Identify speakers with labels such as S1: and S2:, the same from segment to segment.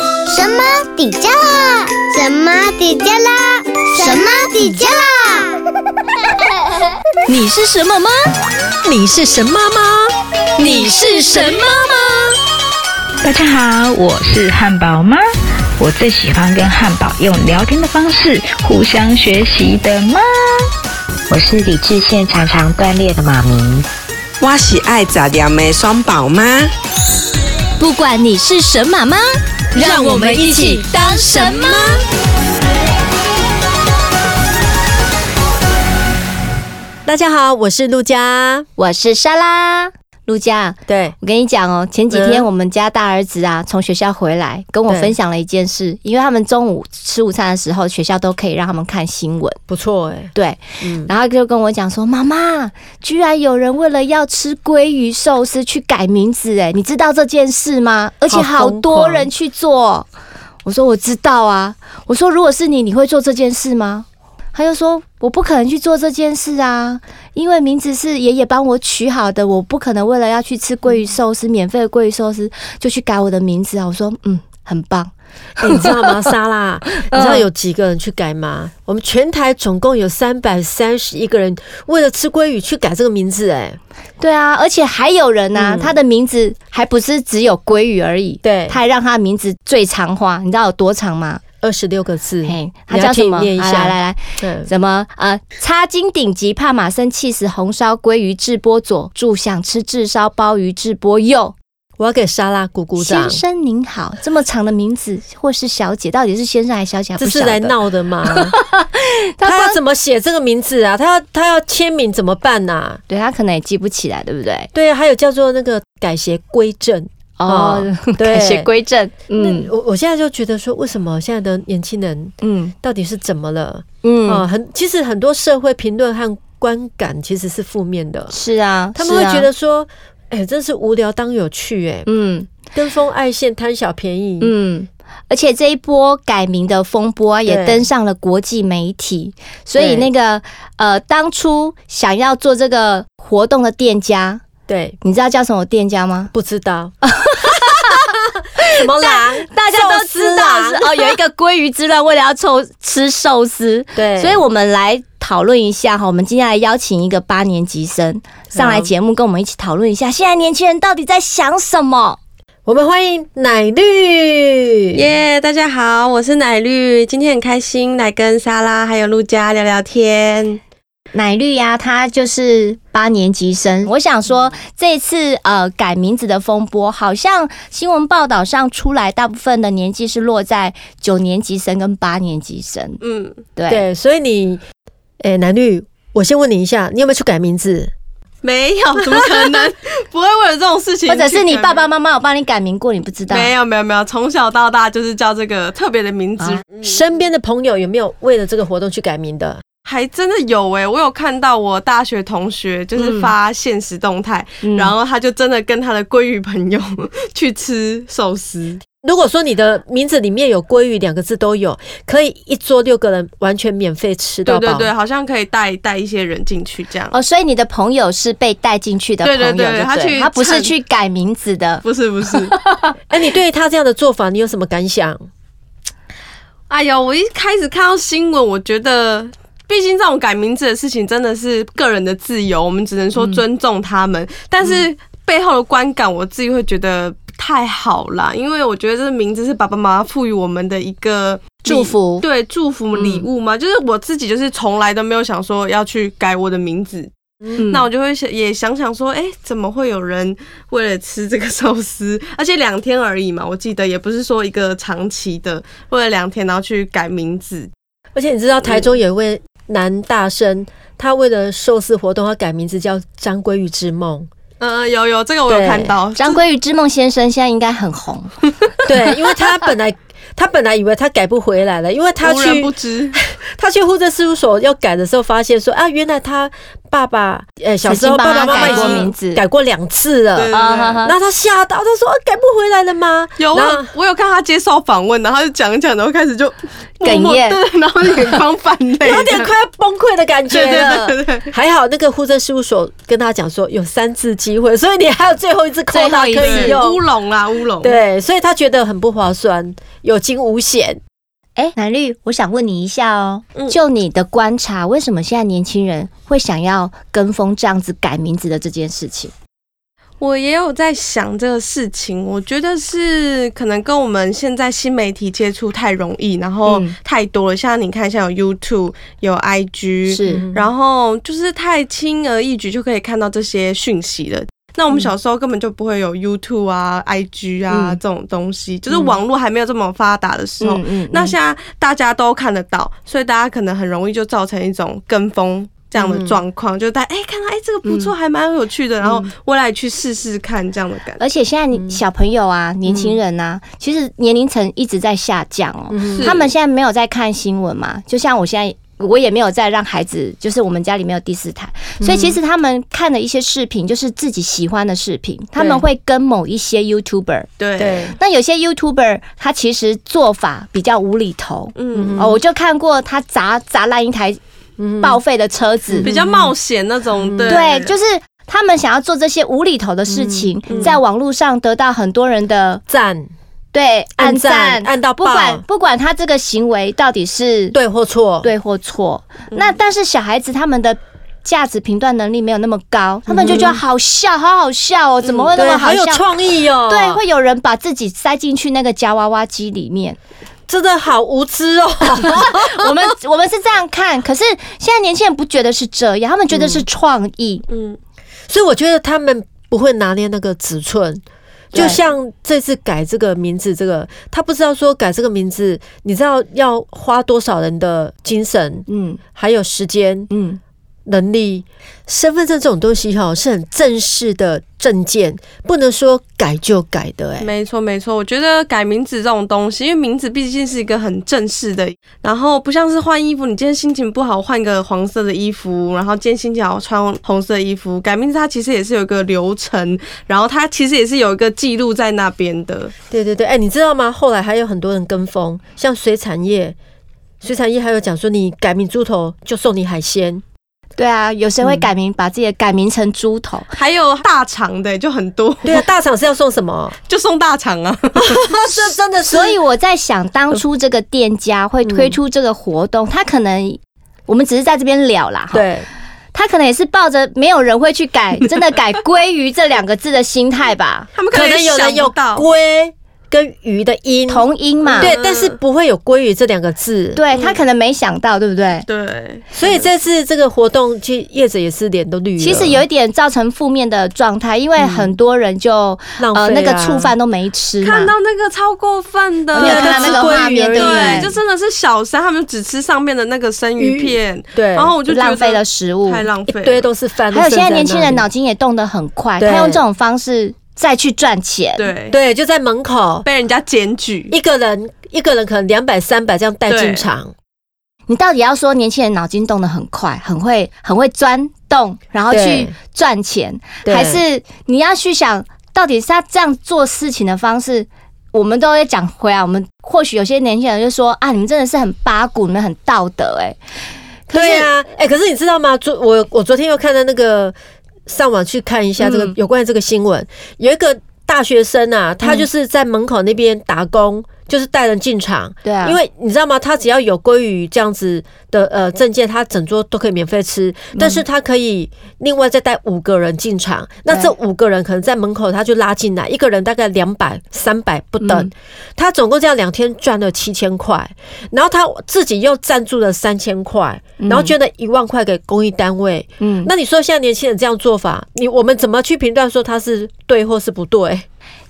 S1: 什么底加啦？什么底加啦？什么底加 啦？
S2: 你是什么吗？你是神妈吗？你是神妈吗？
S3: 大家好，我是汉堡妈，我最喜欢跟汉堡用聊天的方式互相学习的妈。
S4: 我是理智线常常断裂的妈咪。
S5: 我喜爱杂粮梅双宝妈。
S2: 不管你是神妈妈，让我们一起当神妈。
S6: 大家好，我是陆佳。
S2: 我是莎拉，陆佳。
S6: 对，
S2: 我跟你讲哦，前几天
S6: 嗯
S2: 我们家大儿子啊，从学校回来跟我
S6: 对
S2: 分享了一件事，因为他们中午吃午餐的时候，学校都可以让他们看新闻。
S6: 不错哎、
S2: 对，
S6: 嗯，
S2: 然后就跟我讲说，妈妈，居然有人为了要吃鲑鱼寿司去改名字，哎，你知道这件事吗？而且好多人去做。我说我知道啊，我说如果是你，你会做这件事吗？他就说我不可能去做这件事啊，因为名字是爷爷帮我取好的，我不可能为了要去吃鲑鱼寿司，免费的鲑鱼寿司就去改我的名字啊。我说嗯，很棒，
S6: 哎你知道 吗，莎拉？
S2: 嗯
S6: 你知道有几个人去改吗？我们全台总共有三百三十一个人为了吃鲑鱼去改这个名字、哎，
S2: 对啊，而且还有人呐、他的名字还不是只有鲑鱼而已，
S6: 嗯对
S2: 他还让他的名字最长化，你知道有多长吗？
S6: 二十六个字，
S2: 嘿，他
S6: 嗯你
S2: 叫
S6: 要
S2: 什
S6: 听
S2: 么？
S6: 念一
S2: 啊
S6: 下，
S2: 来来来，
S6: 嗯
S2: 什么呃，叉金顶级帕玛森气死红烧鲑鱼炙波左，助想吃炙烧鲍鱼炙波右。
S6: 我要给莎拉鼓鼓掌
S2: 先。生您好，这么长的名字，或是小姐，到底是先生还是小姐？还
S6: 这
S2: 啊不
S6: 是
S2: 晓
S6: 来
S2: 得。
S6: 闹的吗？
S2: 他
S6: 他
S2: 光
S6: 要怎么写这个名字啊？他要他要签名怎么办呐、
S2: 对他可能也记不起来，对不对？
S6: 对，啊还有叫做那个改邪归正。啊
S2: 哦，
S6: 对
S2: 改邪归正。嗯
S6: 我我现在就觉得说，为什么现在的年轻人
S2: 嗯
S6: 到底是怎么了？
S2: 嗯，
S6: 啊、很其实很多社会评论和观感其实是负面的，
S2: 是啊，
S6: 他们会
S2: 是啊
S6: 觉得说，哎、真是无聊当有趣、哎、
S2: 嗯。
S6: 跟风爱现，贪小便宜，
S2: 嗯，而且这一波改名的风波啊也
S6: 对
S2: 登上了国际媒体，所以
S6: 对
S2: 那个呃，当初想要做这个活动的店家，
S6: 对，
S2: 你知道叫什么店家吗？
S6: 不知 道。什么狼？
S2: 大家都知道
S6: 寿
S2: 是
S6: 司
S2: 哦，有一个鲑鱼之乱，为了要抽吃寿司，
S6: 对，
S2: 所以我们来讨论一下哈。我们今天来邀请一个八年级生上来
S6: 好
S2: 节目，跟我们一起讨论一下，现在年轻人到底在想什么？
S6: 我们欢迎奶绿。
S7: 耶大家好，我是奶绿，今天很开心来跟莎拉还有陆佳聊聊天。
S2: 奶绿呀、她就是八年级生。我想说，这次呃改名字的风波，好像新闻报道上出来，大部分的年纪是落在九年级生跟八年级生。
S7: 嗯，
S2: 对，
S6: 对，所以你，哎、奶绿，我先问你一下，你有没有去改名字？
S7: 没 有，怎么 可能？不会为了这种事情，
S2: 或者是你爸爸？妈妈有帮你改名过，你不知道？
S7: 没有没有没有，从小到大就是叫这个特别的名字，
S2: 啊
S8: 嗯
S6: 身边的朋友有没有为了这个活动去改名的？
S8: 还真的有诶、我有看到我大学同学就是发现实动态，
S2: 嗯
S8: 然后他就真的跟他的鲑鱼朋友 去吃寿司，
S6: 如果说你的名字里面有“鲑鱼”两个字都有，可以一桌六个人完全免费吃到
S8: 对
S6: 饱。
S8: 对对，好像可以带带一些人进去这样。
S2: 哦，所以你的朋友是被带进去的朋
S8: 对
S2: 友，
S8: 对对
S2: 对不
S8: 他去
S2: 他不是
S8: 蹭
S2: 去改名字的。
S8: 不是不是，
S6: 哎，你对于他这样的做法，你有什么感想？
S8: 哎呀，我一开始看到新闻，我觉得。毕竟这种改名字的事情真的是个人的自由，我们只能说尊重他
S2: 嗯
S8: 们。但是背后的观感，我自己会觉得不太好啦，因为我觉得这个名字是爸爸妈妈赋予我们的一个
S2: 祝福
S8: 对祝福礼物嘛。就是我自己就是从来都没有想说要去改我的名字，
S2: 嗯
S8: 那我就会想也想想说，哎、怎么会有人为了吃这个寿司， 而且两天而已嘛，我记得也不是说一个长期的，为了两天然后去改名字，
S6: 而且你知道台中有一位男大生，他为了寿司活动，他改名字叫张鲑鱼之梦。
S8: 呃，有有这个我有
S6: 对
S8: 看到，
S2: 张鲑鱼之梦先生现在应该很红，
S6: 对，因为他本来他本来以为他改不回来了，因为 他
S8: 无人
S6: 去
S8: 不知，
S6: 他去户政事务所要改的时候，发现说啊，原来他爸爸呃小时候
S2: 曾经
S6: 爸爸
S2: 帮他
S6: 妈妈
S2: 改
S6: 已
S2: 过
S6: 经
S2: 名字
S6: 改过两次了。
S8: 对对
S2: 啊
S8: 对。
S2: 哈哈
S6: 然后他吓到，他说、啊、改不回来了吗？
S8: 有我
S6: 然
S8: 有
S6: 后
S8: 我有看他接受访问，然后他就讲一讲，然后开始就
S2: 哽
S8: 默默
S2: 咽
S8: 对，然后眼眶泛泪，
S6: 有点快要崩溃的感觉
S8: 对
S6: 了。
S8: 对对对对
S6: 还好那个户政事务所跟他讲说有三次机会，所以你还有最后一次扣
S2: 最
S6: 他
S2: 后
S6: 可
S2: 一次
S6: 以
S8: 对乌
S6: 用。
S8: 龙啦乌龙，
S6: 对，所以他觉得很不划算，有惊无险。
S2: 哎，南绿，我想问你一下哦，
S7: 嗯
S2: 就你的观察，为什么现在年轻人会想要跟风这样子改名字的这件事情？
S7: 我也有在想这个事情，我觉得是可能跟我们现在新媒体接触太容易，然后
S2: 嗯
S7: 太多了。像你看，像有 YouTube，有 IG，
S2: 是，
S7: 然后就是太轻而易举就可以看到这些讯息了。那我们小时候根本就不会有 YouTube 啊、IG 啊、
S2: 嗯
S7: 这种东西，就是网络还没有这么发达的时候。
S2: 嗯
S7: 那现在大家都看得到，所以大家可能很容易就造成一种跟风这样的状况，就是大家哎、看到哎、这个不错，还蛮有趣的，然后我来去试试看这样的感觉。
S2: 而且现在你小朋友啊，年轻人啊，其实年龄层一直在下降哦。
S6: 嗯
S2: 他们现在没有在看新闻嘛，就像我现在。我也没有在让孩子，就是我们家里没有第四台，所以其实他们看的一些视频，就是自己喜欢的视频，他们会跟某一些 YouTuber。
S7: 对，
S6: 对，
S2: 那有些 YouTuber 他其实做法比较无厘头、
S7: 嗯，
S2: 哦，我就看过他砸砸烂一台报废的车子，
S7: 比较冒险那种，嗯对
S2: 对，就是他们想要做这些无厘头的事情，在网络上得到很多人的
S6: 赞
S2: 对
S6: 按
S2: 按赞
S6: 赞，按到
S2: 不
S6: 爆
S2: 管不管他这个行为到底是
S6: 对嗯或错，
S2: 对或错，那但是小孩子他们的。价值评断能力没有那么高，他们就觉得好笑，好好笑哦，怎么会那
S6: 嗯对，
S2: 么
S6: 好
S2: 好
S6: 有
S2: 笑？
S6: 创意哦，
S2: 对，会有人把自己塞进去那个夹娃娃机里面。
S6: 真的好无知哦，
S2: 我们我们是这样看，可是现在年轻人不觉得是这样，他们觉得是创意。
S7: 嗯，
S6: 所以我觉得他们不会拿捏那个尺寸。
S2: 对
S6: 就像这次改这个名字，这个他不知道说改这个名字，你知道要花多少人的精神，
S2: 嗯
S6: 还有时间、
S2: 嗯，
S6: 能力。身份证这种东西哈，是很正式的证件，不能说改就改的、哎，
S7: 没错没错，我觉得改名字这种东西，因为名字毕竟是一个很正式的，然后不像是换衣服，你今天心情不好换个黄色的衣服，然后今天心情好穿红色的衣服。改名字它其实也是有一个流程，然后它其实也是有一个记录在那边的。
S6: 对对对，哎、你知道吗？后来还有很多人跟风，像水产业，水产业还有讲说，你改名猪头就送你海鲜，
S2: 对啊，有谁会改名，把自己的改名成猪头？
S7: 还有大肠的、就很多，
S6: 对啊，大厂是要送什么？
S7: 就送大肠啊。
S6: 这真的
S2: 所以我在想，当初这个店家会推出这个活动，他可能我们只是在这边聊啦，哈，
S6: 对，
S2: 他可能也是抱着没有人会去 改，真的改“鲑鱼”这两个字的心态吧，
S7: 他们
S6: 可能
S7: 能
S6: 有人有
S7: 到，
S6: 龟跟鱼的音，
S2: 同音嘛，
S6: 对，但是不会有鲑鱼这两个字。，
S2: 对他可能没想到，对不嗯对？
S7: 对，
S6: 所以这次这个活动，其实业者也是脸都绿了。
S2: 其实有一点造成负面的状态，因为很多人就、
S6: 浪费啊
S2: 呃那个触犯都没吃嘛，
S7: 看到那个超过分的，
S2: 你有看到那个画面对不
S7: 对，就
S2: 对？
S7: 真的是小三，他们只吃上面的那个生鱼片，
S6: 对，
S7: 然后我就觉得
S2: 浪费了食物，
S7: 太浪
S6: 一
S7: 费了，
S6: 堆都是饭。
S2: 还有现在
S6: 剩那
S2: 年轻人
S6: 里
S2: 脑筋也动得很快，
S6: 对
S2: 他用这种方式再去赚钱，
S7: 对
S6: 对，就在门口，
S7: 被人家检举，
S6: 一个人一个人可能两百三百这样带进场，
S2: 你到底要说年轻人脑筋动得很快，很会很会钻洞，然后去
S6: 对
S2: 赚钱，
S6: 对
S2: 还是你要去想到底是他这样做事情的方式？我们都会讲回来，我们或许有些年轻人就说啊，你们真的是很八股，你们很道德、欸，可是
S6: 对啊，哎、可是你知道吗？昨我我昨天又看到那个上网去看一下这个、
S2: 嗯
S6: 有关于这个新闻，有一个大学生啊，他
S2: 嗯
S6: 就是在门口那边打工，就是带人进场。
S2: 对啊，
S6: 因为哎你知道吗？他只要有鲑鱼这样子的呃证件，他整桌都可以免费吃，
S2: 嗯
S6: 但是他可以另外再带五个人进场。那这五个人可能在门口他就拉进来，一个人大概两百、三百不等
S2: 嗯。
S6: 他总共这样两天赚了七千块，然后他自己又赞助了三千块，然后捐了一万块给公益单位。
S2: 嗯，
S6: 那你说现在年轻人这样做法，你我们怎么去评断说他是对或是不对？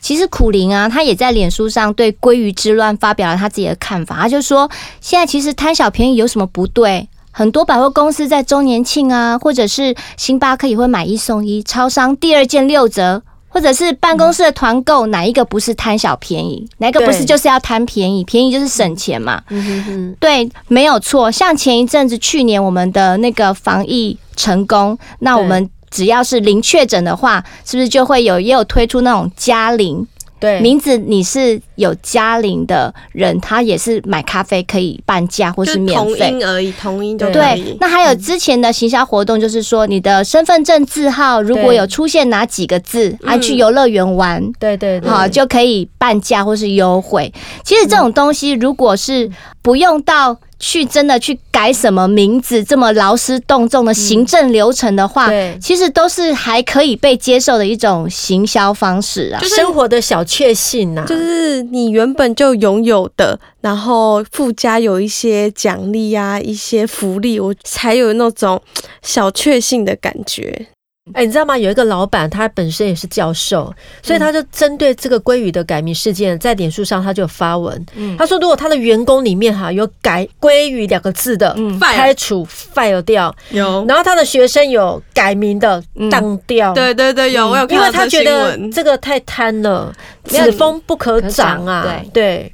S2: 其实苦林啊，他也在脸书上对鲑鱼之乱发表了他自己的看法，他就说现在其实贪小便宜有什么不对？很多百货公司在周年庆啊，或者是星巴克也会买一送一，超商第二件六折，或者是办公室的团购，哪一个不是贪小便宜？哪一个不是
S6: 对
S2: 就是要贪便宜？便宜就是省钱嘛。
S6: 嗯
S2: 对，没有错。像前一阵子，去年我们的那个防疫成功，那我们只要是零确诊的话，是不是就会有也有推出那种加零？
S6: 对
S2: 名字你是有家龄的人，他也是买咖啡可以半价或
S7: 就是
S2: 免
S7: 同
S2: 费。
S7: 音而已，同音就可
S2: 对
S7: 以，。
S2: 那还有之前的行销活动，就是说你的身份证字号如果
S6: 对
S2: 有出现哪几个字，啊，去游乐园玩，
S6: 对嗯对对，
S2: 好就可以半价或是优惠。其实这种东西，如果是不用到去真的去改什么名字这么劳师动众的行政流程的
S6: 嗯
S2: 话，
S6: 对
S2: 其实都是还可以被接受的一种行销方式啊。
S6: 生活的小确幸啊呐、
S7: 就是你原本就拥有的，然后附加有一些奖励啊，一些福利，我才有那种小确幸的感觉。
S6: 哎、你知道吗？有一个老板，他本身也是教授，
S7: 嗯
S6: 所以他就针对这个鲑鱼的改名事件，在脸书上他就有发文，
S7: 嗯
S6: 他说如果他的员工里面哈有改“鲑鱼”两个字的，
S7: 嗯
S6: 开除 fire 掉，
S7: 有，
S6: 然后他的学生有改名的当掉，
S7: 对对对，有，我有
S6: 因
S7: 看
S6: 为
S7: 到
S6: 他
S7: 这
S6: 觉
S7: 新
S6: 得
S7: 闻。
S6: 这个太贪了，
S2: 没有
S6: 此风不可长啊，
S2: 可长
S6: 对。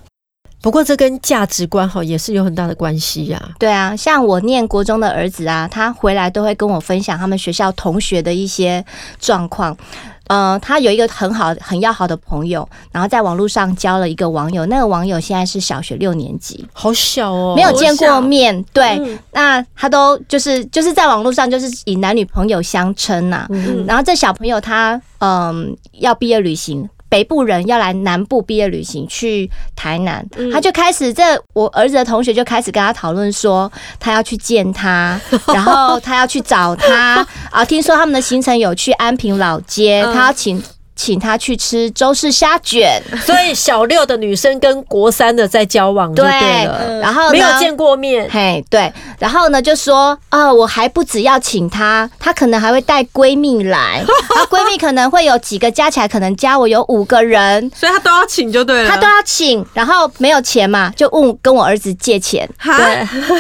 S6: 不过这跟价值观哈也是有很大的关系呀、
S2: 对啊，像我念国中的儿子啊，他回来都会跟我分享他们学校同学的一些状况。呃，他有一个很好、很要好的朋友，然后在网络上交了一个网友，那个网友现在是小学六年级，
S6: 好小嗯哦，
S2: 没有见过面。对，那他都就是就是在网络上就是以男女朋友相称啊呐、
S7: 嗯
S2: 然后这小朋友他嗯要毕业旅行。北部人要来南部毕业旅行，去台南，
S6: 嗯
S2: 他就开始这我儿子的同学就开始跟他讨论说，他要去 见他，然后他要去找他啊。听说他们的行程有去安平老街，
S6: 嗯
S2: 他要请请他去吃周氏虾卷，
S6: 所以小六的女生跟国三的在交往就
S2: 对
S6: 对了，，
S2: 然后呢
S6: 没有见过面，
S2: 嘿，对，然后呢就说，啊，我还不只要请她，她可能还会带闺蜜 来，然后闺蜜可能会有几个，加起来可能加我有五个人，
S7: 所以他都要请就对了，
S2: 她都要请，然后没有钱嘛，就问跟我儿子借钱，
S7: 哈，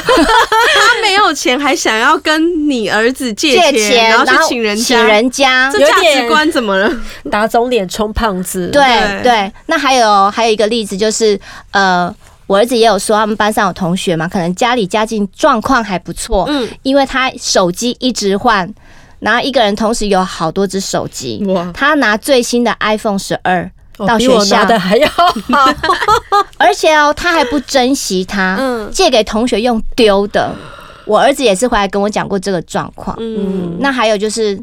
S7: 他没有钱还想要跟你儿子借钱，然后去请人家，
S2: 请人家
S7: 这
S6: 有
S7: 价
S6: 点
S7: 值观怎么了？
S6: 打肿脸充胖子，
S2: 对
S7: 对
S2: 对，那还有还有一个例子就是，呃，我儿子也有说，他们班上有同学嘛，可能家里家境状况还不错，嗯，因为他手机一直换，然后一个人同时有好多只手机，他拿最新的 iPhone 十二。
S6: 哦
S2: 到
S6: 比
S2: 学
S6: 我
S2: 校
S6: 拿，的 还要好，
S2: 而且哦，他还不珍 惜它，
S6: 嗯
S2: 借给同学用丢的。我儿子也是回来跟我讲过这个状况。嗯，那还有就是，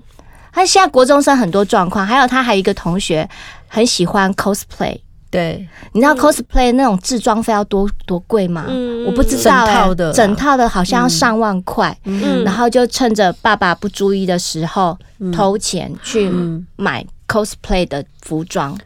S2: 他现在国中生很多状况，还有他还有一个同学很喜欢 cosplay，
S6: 对，
S2: 你知道 cosplay 那种制装费要多多贵吗？我不知道、
S6: 整
S2: 欸，
S6: 套的啦嗯
S2: 整套的好像要上万块，
S7: 嗯
S2: 然后就趁着爸爸不注意的时候、
S6: 嗯
S2: 偷钱去买 cosplay 的服装。
S6: 嗯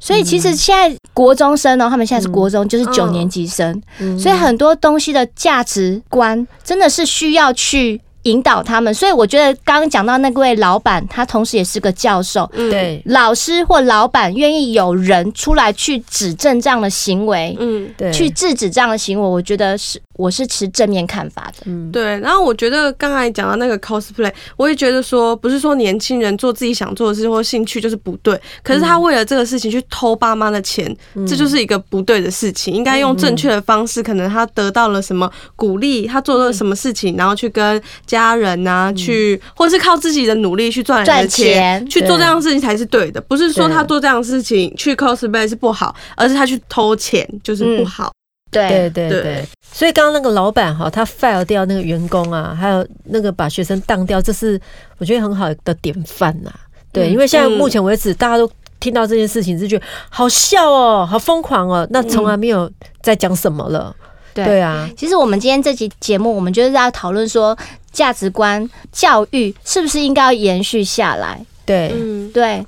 S2: 所以其实现在国中生哦，他们现在是国
S6: 嗯
S2: 中，就是九年级生，所以很多东西的价值观真的是需要去引导他们。所以我觉得刚刚讲到那位老板，他同时也是个教授，
S6: 对
S2: 老师或老板愿意有人出来去指正这样的行为，
S7: 嗯，
S6: 对，
S2: 去制止这样的行为，我觉得是我是持正面看法的。
S7: 对。然后我觉得刚才讲到那个 cosplay，我也觉得说，不是说年轻人做自己想做的事或兴趣就是不对，可是他为了这个事情去偷爸妈的钱，
S6: 嗯
S7: 这就是一个不对的事情。应该用正确的方式，可能他得到了什么鼓励，他做了什么事情，然后去跟家人啊，去或是靠自己的努力去赚人
S2: 赚
S7: 的钱
S2: 钱，
S7: 去做这样的事情才是对的。不是说他做这样的事情去 cosplay 是不好，而是他去偷钱就是不好。
S2: 对
S6: 对对
S7: 对
S6: 对，所以刚刚那个老板哈，他 fire 掉那个员工啊，还有那个把学生当掉，这是我觉得很好的典范呐、对，
S2: 嗯
S6: 因为现在目前为止，大家都听到这件事情就觉得好笑哦，好疯狂哦，那从来没有在讲什么了。
S2: 嗯对
S6: 对啊，
S2: 其实我们今天这期节目，我们就是要讨论说价值观教育是不是应该要延续下来。
S6: 对，
S7: 嗯，
S2: 对，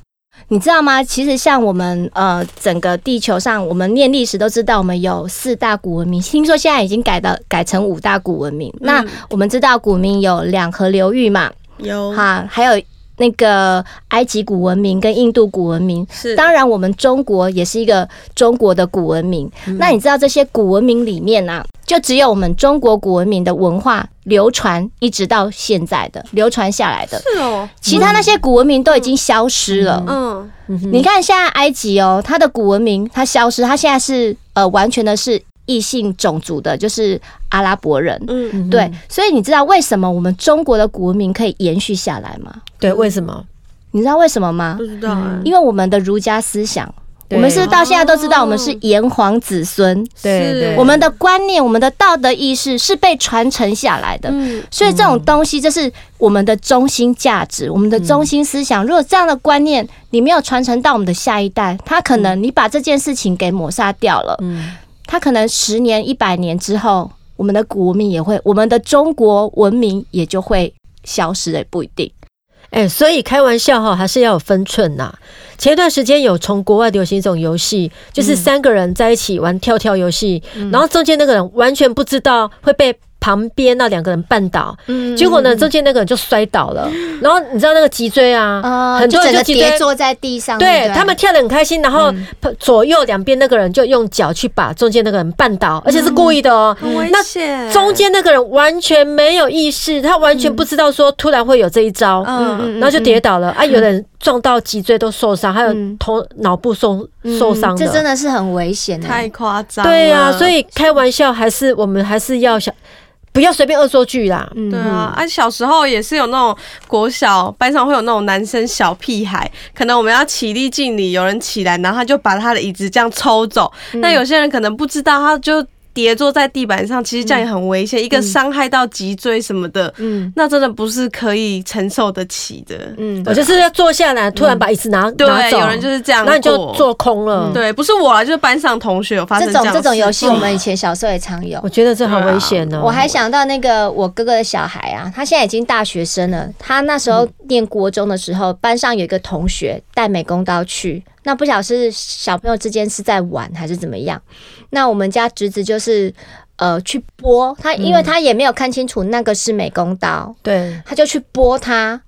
S2: 你知道吗？其实像我们呃，整个地球上，我们念历史都知道，我们有四大古文明。听说现在已经改到改成五大古文明。
S6: 嗯
S7: 嗯
S2: 那我们知道古文明有两河流域嘛，
S7: 有
S2: 哈，还有那个埃及古文明跟印度古文明。
S7: 是
S2: 当然，我们中国也是一个中国的古文明。
S7: 嗯
S2: 那你知道这些古文明里面啊，就只有我们中国古文明的文化流传一直到现在的流传下来的，
S7: 是哦，
S2: 其他那些古文明都已经消失了。
S7: 嗯，
S2: 你看现在埃及哦，它的古文明它消失，它现在是呃完全的是异性种族的，就是阿拉伯人。嗯，对，所以你知道为什么我们中国的古文明可以延续下来吗？
S6: 对，为什么？
S2: 你知道为什么吗
S9: 嗯
S7: 不？知道哎、
S2: 因为我们的儒家思想。我们是不是到现在都知道我们是炎黄子孙，
S9: 对
S7: 是
S9: 哦对，
S2: 我们的观念、我们的道德意识是被传承下来的。
S9: 嗯
S7: 嗯
S2: 所以这种东西，这是我们的中心价
S9: 嗯
S2: 值，我们的中心思想。如果这样的观念你没有传承到我们的下一代，他可能你把这件事情给抹杀掉了，
S9: 嗯
S2: 他可能十年、一百年之后，我们的古文明也会，我们的中国文明也就会消失，也不一定。
S6: 哎、所以开玩笑哈，还是要有分寸呐、前一段时间有从国外流行一种游戏，就是三个人在一起玩跳跳游戏，然后中间那个人完全不知道会被旁边那两个人绊倒，
S9: 嗯
S6: 结果呢，中间那个人就摔倒了，然后你知道那个脊椎啊，
S1: 哦
S2: 呃，
S6: 很多
S2: 就
S6: 人
S2: 整
S6: 就
S2: 个
S6: 脊椎
S2: 跌坐在地上，对
S6: 对
S2: 不对
S6: 他们跳得很开心，然后左右两边那个人就用脚去把中间那个人绊倒，而且是故意的哦。
S7: 很危
S6: 那
S7: 险。
S6: 中间那个人完全没有意识，他完全不知道说突然会有这一招，
S7: 嗯，
S6: 然后就跌倒了啊！有人撞到脊椎都受伤，还有
S2: 嗯
S6: 头脑部受受
S7: 嗯
S6: 伤
S2: 这真
S6: 的。
S2: 的是很危险的。
S7: 太夸张了。
S6: 对呀、所以开玩笑还是我们还是要想，不要随便恶作剧啦。
S2: 嗯
S7: 对啊，啊，小时候也是有那种国小班上会有那种男生小屁孩，可能我们要起立敬礼，有人起来，然后他就把他的椅子这样抽走。
S2: 嗯
S7: 那有些人可能不知道，他就跌坐在地板上，其实这样也很危险，一个
S2: 嗯
S7: 伤害到脊椎什么的，
S9: 嗯
S7: 那真的不是可以承受得起的。
S9: 嗯
S6: 我就是要坐下来，突然把椅子拿、拿
S7: 嗯对，
S6: 走，
S7: 有人就是这样过，
S6: 那你就坐空了。
S7: 对，不是我啊，就是班上同学有发生
S2: 这种
S7: 样
S2: 这
S7: 的
S2: 种游戏，
S7: 事嗯
S2: 我们以前小时候也常有
S6: 我。觉得这好危险
S7: 啊
S6: 哦、
S2: 我还想到那个我哥哥的小孩啊，他现在已经大学生了。他那时
S7: 嗯
S2: 候念国中的时候，班上有一个同学带美工刀去，那不晓得是小朋友之间是在玩还是怎么样。那我们家侄子就是呃去拨他，因为
S7: 嗯
S2: 他也没有看清楚那个是美工刀，
S6: 对
S2: 他就去拨他，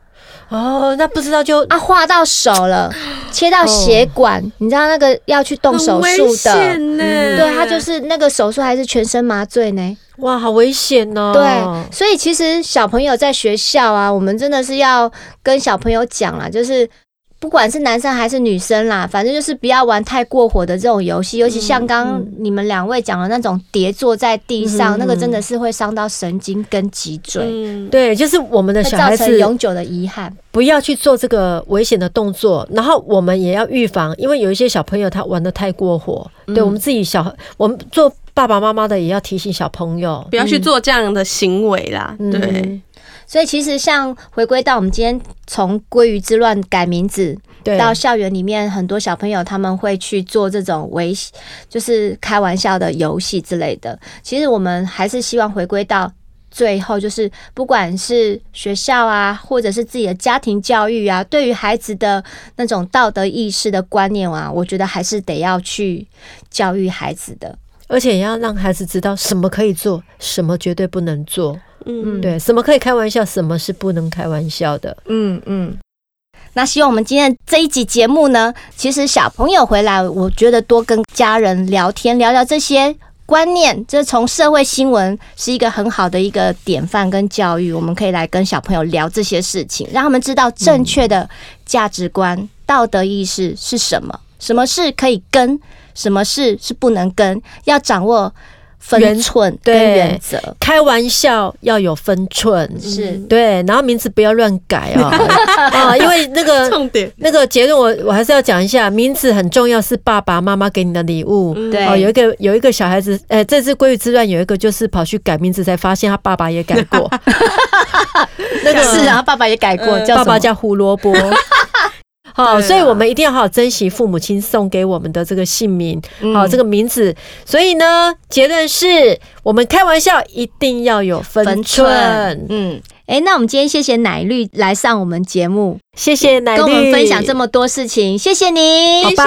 S6: 哦，那不知道就
S2: 啊，划到手了，切
S7: 哦
S2: 到血管，你知道那个要去动手术的，嗯
S7: 呢、
S2: 对
S7: 欸
S2: 他就是那个手术还是全身麻醉呢。
S6: 哇，好危险
S7: 嗯
S6: 哦。
S2: 对，所以其实小朋友在学校啊，我们真的是要跟小朋友讲啦，就是不管是男生还是女生啦，反正就是不要玩太过火的这种游戏，尤其
S7: 嗯
S2: 像刚刚你们两位讲的那种叠坐在地上，那个真的是会伤到神经跟脊椎，
S7: 嗯，
S6: 对，就是我们的
S2: 会
S6: 小
S2: 造
S6: 孩
S2: 成
S6: 子
S2: 永久的遗憾。
S6: 不要去做这个危险的动作，然后我们也要预防，因为有一些小朋友他玩的太过火，对我们自己小，我们做爸爸妈妈的也要提醒小朋友
S7: 不，要
S2: 嗯
S7: 去做这样的行为啦。对，
S2: 所以其实像回归到我们今天从鲑鱼之乱改名字，
S6: 对，
S2: 到校园里面，很多小朋友他们会去做这种危，就是开玩笑的游戏之类的。其实我们还是希望回归到最后，就是不管是学校啊，或者是自己的家庭教育啊，对于孩子的那种道德意识的观念啊，我觉得还是得要去教育孩子的。
S6: 而且也要让孩子知道什么可以做，什么绝对不能做，
S7: 嗯，
S6: 对，什么可以开玩笑，什么是不能开玩笑的。
S9: 嗯嗯，
S2: 那希望我们今天这一集节目呢，其实小朋友回来，我觉得多跟家人聊天，聊聊这些观念，这从社会新闻是一个很好的一个典范跟教育，我们可以来跟小朋友聊这些事情，让他们知道正确的价值观、道德意识是什么，什么事可以跟，什么事是不能跟，要掌握分
S6: 原
S2: 寸跟
S6: 对
S2: 原则。
S6: 开玩笑要有分寸，
S2: 是
S6: 对，然后名字不要乱改哦，啊，因为那个
S7: 重点
S6: 那个结论我我还是要讲一下，名字很重要，是爸爸妈妈给你的礼物。
S2: 对
S6: 哦，有一个有一个小孩子，呃，这次归于之乱有一个就是跑去改名字，才发现他爸爸也改过，
S2: 那个是，然后爸爸也改过，
S6: 爸
S2: 叫什
S6: 爸
S2: 么？啊
S6: 叫胡萝 卜。好、所以我们一定要好好珍惜父母亲送给我们的这个姓名，好、
S2: 嗯
S6: 这个名字。所以呢，结论是我们开玩笑一定要有分寸。
S2: 分寸嗯，哎，那我们今天谢谢奶绿来上我们节目，
S6: 谢谢奶绿，
S2: 跟我们分享这么多事情，谢谢你，
S6: 好棒。